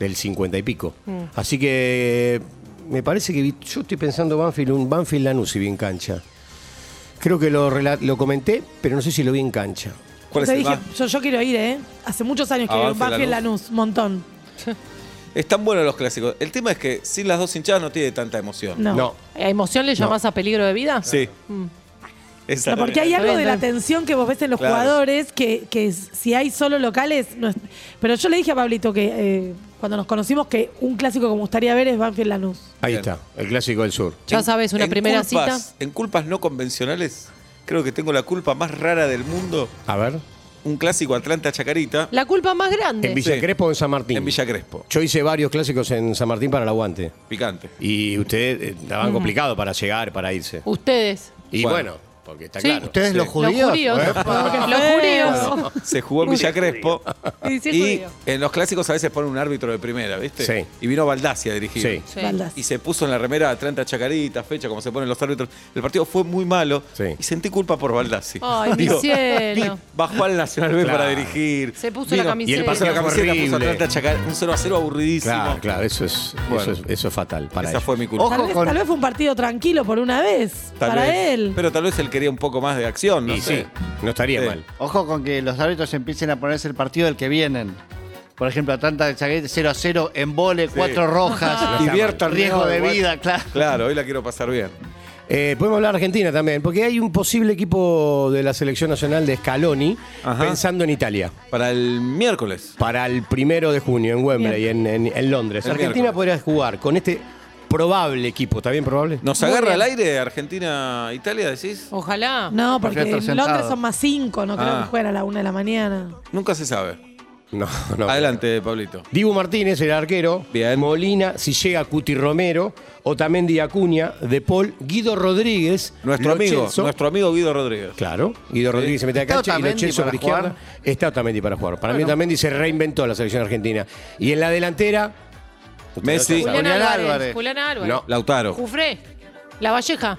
Speaker 5: del 50 y pico.
Speaker 4: Mm.
Speaker 5: Así que eh, me parece que vi- yo estoy pensando Banfield, un Banfield Lanús y vi en cancha. Creo que lo, rela- lo comenté, pero no sé si lo vi en cancha.
Speaker 3: ¿Cuál es
Speaker 8: Te
Speaker 3: el
Speaker 8: dije,
Speaker 3: más?
Speaker 8: yo, yo quiero ir, ¿eh? Hace muchos años que
Speaker 3: A
Speaker 8: veo
Speaker 3: Banfield,
Speaker 8: Banfield Lanús, montón.
Speaker 3: Están buenos los clásicos. El tema es que sin las dos hinchadas no tiene tanta emoción.
Speaker 8: No.
Speaker 5: No.
Speaker 4: ¿A emoción le llamás a peligro de vida?
Speaker 3: Sí.
Speaker 4: Mm.
Speaker 3: Esa
Speaker 8: No,
Speaker 3: es la
Speaker 8: porque hay
Speaker 3: realidad.
Speaker 8: algo de la tensión que vos ves en los
Speaker 3: Claro.
Speaker 8: jugadores, que, que s- si hay solo locales. no es- Pero yo le dije a Pablito que eh, cuando nos conocimos que un clásico que me gustaría ver es Banfield Lanús.
Speaker 5: Ahí
Speaker 3: Bien.
Speaker 5: está, el clásico del sur.
Speaker 4: Ya
Speaker 3: En-
Speaker 4: sabes, una
Speaker 3: en
Speaker 4: primera
Speaker 3: culpas-
Speaker 4: cita.
Speaker 3: En culpas no convencionales, creo que tengo la culpa más rara del mundo.
Speaker 5: A ver.
Speaker 3: Un clásico Atlanta Chacarita
Speaker 4: La culpa más grande.
Speaker 5: ¿En Villa
Speaker 3: Sí.
Speaker 5: Crespo o en San Martín?
Speaker 3: en Villa Crespo.
Speaker 5: Yo hice varios clásicos en San Martín para el aguante.
Speaker 3: Picante.
Speaker 5: Y ustedes eh, estaban complicados para llegar, para irse.
Speaker 4: Ustedes.
Speaker 5: Y
Speaker 3: Bueno.
Speaker 5: bueno, porque está
Speaker 4: Sí.
Speaker 5: claro.
Speaker 6: Ustedes
Speaker 3: Sí.
Speaker 6: los judíos. ¿Eh?
Speaker 4: Los judíos.
Speaker 3: ¿eh?
Speaker 8: Epa.
Speaker 4: Los judíos.
Speaker 3: Se jugó en Villa Crespo.
Speaker 8: Y sí,
Speaker 3: Y
Speaker 8: judío.
Speaker 3: en los clásicos a veces pone un árbitro de primera, ¿viste?
Speaker 5: Sí.
Speaker 3: Y vino Baldassi a dirigir.
Speaker 5: Sí.
Speaker 4: Sí.
Speaker 8: Baldas.
Speaker 3: Y se puso en la remera Atlanta Chacarita, fecha, como se ponen los árbitros. El partido fue muy malo
Speaker 5: Sí.
Speaker 3: y sentí culpa por Baldassi.
Speaker 4: Ay, mi
Speaker 3: Digo,
Speaker 4: cielo.
Speaker 3: Bajó al Nacional B
Speaker 5: Claro.
Speaker 3: para dirigir.
Speaker 4: Se puso
Speaker 3: Vino-
Speaker 4: la camiseta.
Speaker 5: y el paso
Speaker 3: Puso la camiseta, puso
Speaker 5: Horrible.
Speaker 3: Atlanta Chacarita. Un 0 a 0 aburridísimo.
Speaker 5: Claro, claro, eso es,
Speaker 3: Bueno.
Speaker 5: eso es, eso es fatal para
Speaker 3: Esa
Speaker 5: ellos.
Speaker 3: fue mi culpa.
Speaker 8: Tal
Speaker 6: Ojo
Speaker 8: vez,
Speaker 6: con.
Speaker 8: tal vez fue un partido tranquilo por una vez
Speaker 3: Tal
Speaker 8: para
Speaker 3: vez.
Speaker 8: él.
Speaker 3: Pero tal vez él quería un poco más de acción, no
Speaker 5: Y
Speaker 3: sé.
Speaker 5: sí, no estaría
Speaker 3: Sí.
Speaker 5: mal.
Speaker 6: Ojo con que los árbitros empiecen a ponerse el partido del que vienen. Por ejemplo, Atlanta de Chaguet 0 a 0, en vole, 4 rojas.
Speaker 5: Y Bierta
Speaker 6: riesgo
Speaker 5: Riesgo
Speaker 6: de
Speaker 5: igual.
Speaker 6: vida, claro.
Speaker 3: Claro, hoy la quiero pasar bien.
Speaker 5: Eh, podemos hablar de Argentina también, porque hay un posible equipo de la selección nacional de Scaloni
Speaker 3: Ajá.
Speaker 5: pensando en Italia.
Speaker 3: Para el miércoles.
Speaker 5: Para el primero de junio en Wembley, en, en- en Londres.
Speaker 3: El
Speaker 5: Argentina
Speaker 3: miércoles.
Speaker 5: podría jugar con este probable equipo, ¿está bien probable?
Speaker 3: ¿Nos
Speaker 4: Muy
Speaker 3: agarra al
Speaker 4: bien.
Speaker 3: aire Argentina-Italia, decís?
Speaker 4: Ojalá.
Speaker 8: No, porque
Speaker 6: Prefiero estar
Speaker 8: en Londres
Speaker 6: sentado.
Speaker 8: son más cinco, no creo
Speaker 3: Ah.
Speaker 8: que jueguen a la una de la mañana.
Speaker 3: Nunca se sabe.
Speaker 5: No, no.
Speaker 3: Adelante, Pablito.
Speaker 5: Dibu Martínez, el arquero.
Speaker 3: Bien.
Speaker 5: Molina, si llega Cuti Romero, Otamendi Acuña, De Paul, Guido Rodríguez.
Speaker 3: Nuestro
Speaker 5: Lo
Speaker 3: amigo,
Speaker 5: Celso.
Speaker 3: nuestro amigo Guido Rodríguez.
Speaker 5: Claro, Guido Rodríguez se mete a
Speaker 6: ¿Está
Speaker 5: cancha y lo
Speaker 6: Otamendi
Speaker 5: Celso
Speaker 6: para
Speaker 5: por izquierda. Está Otamendi para jugar. Para mí Otamendi se reinventó la selección argentina. Y en la delantera...
Speaker 3: Messi.
Speaker 4: Julián
Speaker 6: Julián
Speaker 4: Álvarez.
Speaker 6: Álvarez.
Speaker 4: Julián Álvarez.
Speaker 5: No.
Speaker 3: Lautaro.
Speaker 4: Jufré. La Valleja.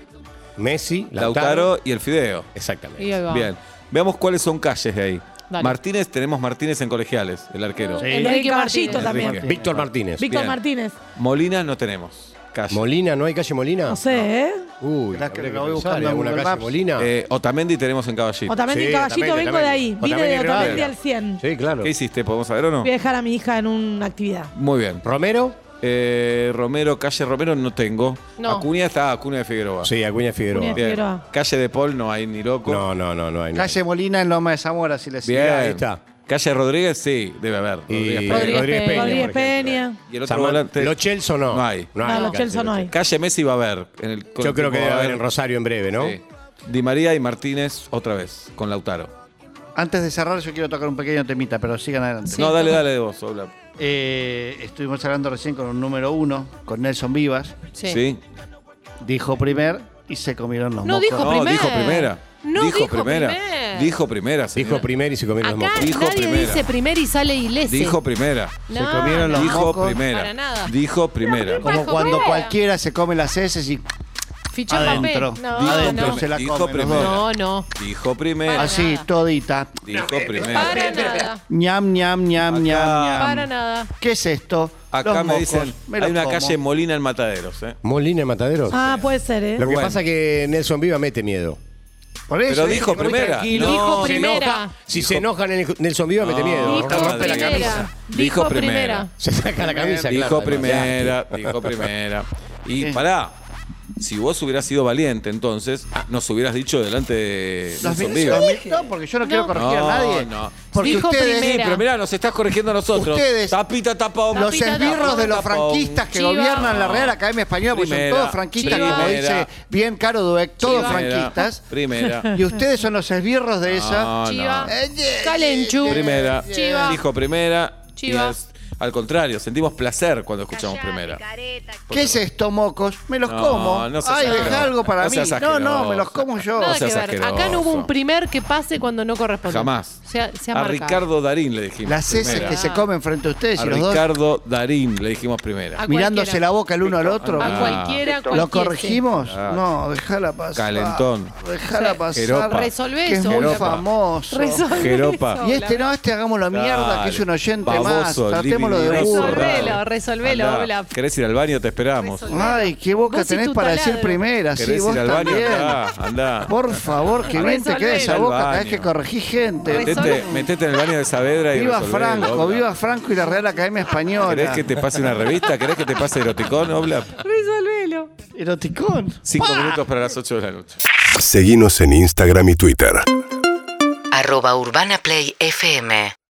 Speaker 5: Messi, Lautaro.
Speaker 3: Lautaro y el Fideo.
Speaker 5: Exactamente.
Speaker 4: Y ahí va.
Speaker 3: Bien. Veamos cuáles son calles de ahí.
Speaker 4: Dale.
Speaker 3: Martínez, tenemos Martínez en colegiales, el arquero.
Speaker 6: Sí.
Speaker 8: El de
Speaker 4: Enrique
Speaker 8: Caballito
Speaker 4: Martínez.
Speaker 8: también.
Speaker 3: Enrique.
Speaker 5: Víctor Martínez.
Speaker 8: Víctor
Speaker 3: Bien.
Speaker 8: Martínez.
Speaker 3: Molina no tenemos. Calle.
Speaker 5: Molina, ¿no hay calle Molina?
Speaker 8: No sé, ¿eh?
Speaker 5: Uy,
Speaker 6: Mirá que
Speaker 5: habría
Speaker 6: lo voy
Speaker 5: pensar,
Speaker 6: buscando
Speaker 5: ¿hay
Speaker 6: en
Speaker 5: alguna
Speaker 6: Google
Speaker 5: calle
Speaker 6: Maps.
Speaker 5: Molina?
Speaker 3: Eh, Otamendi tenemos en Caballito.
Speaker 8: Otamendi
Speaker 5: Sí,
Speaker 8: y Caballito,
Speaker 5: Otamendi,
Speaker 8: vengo de ahí.
Speaker 5: Otamendi.
Speaker 8: Vine de
Speaker 5: Otamendi y
Speaker 8: Otamendi
Speaker 5: Rivera.
Speaker 8: al 100.
Speaker 5: Sí, claro.
Speaker 3: ¿Qué hiciste? ¿Podemos saber o no?
Speaker 8: Voy a dejar a mi hija en una actividad.
Speaker 3: Muy bien.
Speaker 5: ¿Romero?
Speaker 3: Eh, Romero, calle Romero no tengo.
Speaker 4: No.
Speaker 3: Acuña está Acuña de
Speaker 6: Ah.
Speaker 3: Figueroa.
Speaker 5: Sí, Acuña Figueroa.
Speaker 8: Acuña.
Speaker 3: Bien.
Speaker 8: Figueroa.
Speaker 3: Calle de Paul no hay ni loco.
Speaker 5: No, no, no, no hay. nada.
Speaker 6: Calle Molina en Loma de Zamora, si les
Speaker 3: Bien.
Speaker 5: ahí está.
Speaker 3: Calle Rodríguez sí, debe haber.
Speaker 5: Y
Speaker 3: Rodríguez Pérez.
Speaker 4: Rodríguez Peña.
Speaker 5: por
Speaker 8: Rodríguez
Speaker 5: ejemplo.
Speaker 8: Peña.
Speaker 3: Y el otro
Speaker 5: Samán-
Speaker 3: volante.
Speaker 5: Lo Chelsea no.
Speaker 3: No hay.
Speaker 8: No, lo
Speaker 5: calle
Speaker 8: Chelsea no hay.
Speaker 3: Calle Messi va a haber. en el- con
Speaker 5: Yo
Speaker 3: el
Speaker 5: creo que
Speaker 3: tiempo
Speaker 5: debe
Speaker 3: va
Speaker 5: haber en Rosario en breve, ¿no?
Speaker 3: Sí. Di María y Martínez otra vez, con Lautaro.
Speaker 6: Antes de cerrar, yo quiero tocar un pequeño temita, pero sigan adelante.
Speaker 3: no, dale, dale de vos, Oblap.
Speaker 6: Eh, estuvimos hablando recién con un número uno, con Nelson Vivas.
Speaker 3: Sí.
Speaker 4: Sí.
Speaker 6: Dijo primer y se comieron los
Speaker 4: No,
Speaker 6: mocos.
Speaker 4: dijo
Speaker 3: No,
Speaker 4: primer.
Speaker 3: dijo primera.
Speaker 4: No,
Speaker 3: dijo,
Speaker 4: dijo
Speaker 3: primera.
Speaker 4: primer.
Speaker 3: Dijo primera, señor.
Speaker 5: Dijo primero y se comieron los
Speaker 4: Acá
Speaker 5: mocos.
Speaker 3: Dijo
Speaker 4: nadie
Speaker 3: primera.
Speaker 4: dice primer y sale ileso.
Speaker 3: Dijo primera.
Speaker 4: No,
Speaker 6: comieron los-
Speaker 3: dijo
Speaker 6: mocos.
Speaker 3: primera.
Speaker 4: Para nada.
Speaker 3: Dijo primera.
Speaker 4: No,
Speaker 6: Como
Speaker 4: Bajo
Speaker 6: cuando
Speaker 4: primera.
Speaker 6: cualquiera se come las heces y
Speaker 4: Fichó Mbappé.
Speaker 6: adentro.
Speaker 4: No,
Speaker 6: adentro
Speaker 4: no.
Speaker 6: se la
Speaker 3: Dijo
Speaker 6: comen. los
Speaker 3: primero.
Speaker 6: dos.
Speaker 4: No, no.
Speaker 3: Dijo primera.
Speaker 4: Para
Speaker 6: Así,
Speaker 4: nada.
Speaker 6: todita.
Speaker 3: Dijo
Speaker 4: Para
Speaker 3: primera.
Speaker 4: nada.
Speaker 6: Ñam, ñam, ñam,
Speaker 3: Acá-
Speaker 6: ñam, ñam.
Speaker 4: Para nada.
Speaker 6: ¿Qué es esto?
Speaker 3: Acá
Speaker 6: Los
Speaker 3: me
Speaker 6: mocos.
Speaker 3: dicen,
Speaker 6: Me los
Speaker 3: hay una
Speaker 6: como.
Speaker 3: calle Molina en Mataderos, ¿eh?
Speaker 5: Molina y Mataderos.
Speaker 8: Ah, puede ser, ¿eh?
Speaker 5: Lo que
Speaker 3: Bueno.
Speaker 5: pasa es que Nelson Viva mete miedo.
Speaker 6: Por eso,
Speaker 3: Pero
Speaker 6: ¿eh?
Speaker 3: dijo
Speaker 6: Muy
Speaker 3: primera.
Speaker 6: tranquilo.
Speaker 3: No,
Speaker 4: Dijo
Speaker 3: se Ah.
Speaker 4: primera.
Speaker 5: Si se enojan en Nelson Viva, mete miedo.
Speaker 4: Dijo
Speaker 5: Rompe la
Speaker 4: primera.
Speaker 5: camisa.
Speaker 4: Dijo
Speaker 3: Dijo
Speaker 4: primera.
Speaker 3: primera.
Speaker 5: Se saca la camisa.
Speaker 3: Dijo
Speaker 5: claro,
Speaker 3: primera, dijo primera. Y pará, si vos hubieras sido valiente entonces, nos hubieras dicho delante de
Speaker 6: Los
Speaker 3: Nelson
Speaker 6: mil-
Speaker 3: Viva.
Speaker 6: los mil- no, porque yo no, quiero corregir
Speaker 3: No,
Speaker 6: a nadie.
Speaker 3: no.
Speaker 6: Porque
Speaker 4: Dijo
Speaker 6: ustedes,
Speaker 4: primera.
Speaker 3: Pero mirá, nos estás corrigiendo a nosotros.
Speaker 6: Ustedes-
Speaker 3: Tapita, tapa hombro.
Speaker 6: los
Speaker 4: Tapita,
Speaker 6: esbirros de los
Speaker 3: tapa
Speaker 6: franquistas que
Speaker 4: Chiva.
Speaker 6: gobiernan la Real Academia Española, porque son
Speaker 3: Primera,
Speaker 6: todos franquistas, como
Speaker 3: primera.
Speaker 6: dice bien Caro Dueck, todos
Speaker 4: Chiva.
Speaker 6: franquistas.
Speaker 3: Primera.
Speaker 6: Y ustedes son los esbirros de esa.
Speaker 3: Ah, No, Eh,
Speaker 4: Chiva.
Speaker 3: no.
Speaker 4: Calenchu.
Speaker 3: Primera.
Speaker 4: Chiva.
Speaker 3: Dijo primera. y
Speaker 4: Chiva.
Speaker 3: es- al contrario, sentimos placer cuando escuchamos primera.
Speaker 6: ¿Qué es esto, mocos? Me los
Speaker 3: No,
Speaker 6: como.
Speaker 3: no seas
Speaker 6: Ay, deja
Speaker 3: asqueroso.
Speaker 6: algo para
Speaker 3: No
Speaker 6: mí.
Speaker 3: seas
Speaker 6: No, no,
Speaker 3: asqueroso.
Speaker 6: me los como yo.
Speaker 4: Nada
Speaker 3: No seas
Speaker 4: que ver.
Speaker 3: asqueroso.
Speaker 4: Acá no hubo un primer que pase cuando no corresponde.
Speaker 3: Jamás.
Speaker 4: Se ha, se ha
Speaker 3: a
Speaker 4: marcado.
Speaker 3: Ricardo Darín le dijimos.
Speaker 6: Las heces
Speaker 3: primera.
Speaker 6: que se comen frente a ustedes
Speaker 3: A
Speaker 6: y los dos Ah,
Speaker 3: Ricardo Darín le dijimos primera.
Speaker 4: A
Speaker 6: mirándose
Speaker 4: cualquiera.
Speaker 6: la boca el uno al otro.
Speaker 4: A cualquiera,
Speaker 6: ¿Lo
Speaker 4: cualquiera.
Speaker 6: corregimos?
Speaker 3: Ah.
Speaker 6: No, déjala pasar.
Speaker 3: Calentón.
Speaker 6: Déjala pasar.
Speaker 3: Jeropa.
Speaker 4: Resolvé
Speaker 6: que es
Speaker 4: eso,
Speaker 6: muy
Speaker 3: Jeropa.
Speaker 6: famoso.
Speaker 4: Resolve
Speaker 3: Jeropa.
Speaker 4: eso,
Speaker 6: Y
Speaker 4: la
Speaker 6: este no, este hagamos la mierda,
Speaker 3: Dale.
Speaker 6: que es un oyente
Speaker 3: Baboso,
Speaker 6: más. Tratémoslo de
Speaker 3: libidinoso,
Speaker 6: burro.
Speaker 4: Resolvelo,
Speaker 3: dale.
Speaker 4: resolvelo,
Speaker 3: Andá.
Speaker 4: Oblap.
Speaker 3: ¿Querés ir al baño? Te esperamos.
Speaker 4: Resolvelo.
Speaker 6: Ay, qué boca
Speaker 4: Vos y
Speaker 6: tenés
Speaker 4: tu
Speaker 6: para decir
Speaker 4: taladro.
Speaker 6: primera. Sí,
Speaker 3: ¿Querés
Speaker 6: vos
Speaker 3: ir al baño?
Speaker 6: también.
Speaker 3: Andá, andá.
Speaker 6: Por favor, que bien te queda esa
Speaker 4: Resolvelo.
Speaker 6: boca
Speaker 3: Al
Speaker 6: cada vez
Speaker 3: baño.
Speaker 6: que corregí gente.
Speaker 4: Resolvelo.
Speaker 3: Metete, metete en el baño de Saavedra y
Speaker 6: Viva
Speaker 3: resolvelo,
Speaker 6: Franco,
Speaker 3: Oblap.
Speaker 6: viva Franco y la Real Academia
Speaker 3: ¿Querés
Speaker 6: Española.
Speaker 3: que te pase una revista? ¿Querés que te pase eroticón, Oblap?
Speaker 4: Resolvelo.
Speaker 6: Eroticón.
Speaker 3: Cinco minutos para las ocho de la noche.
Speaker 9: Seguinos en Instagram y Twitter.
Speaker 2: arroba Urbana Play FM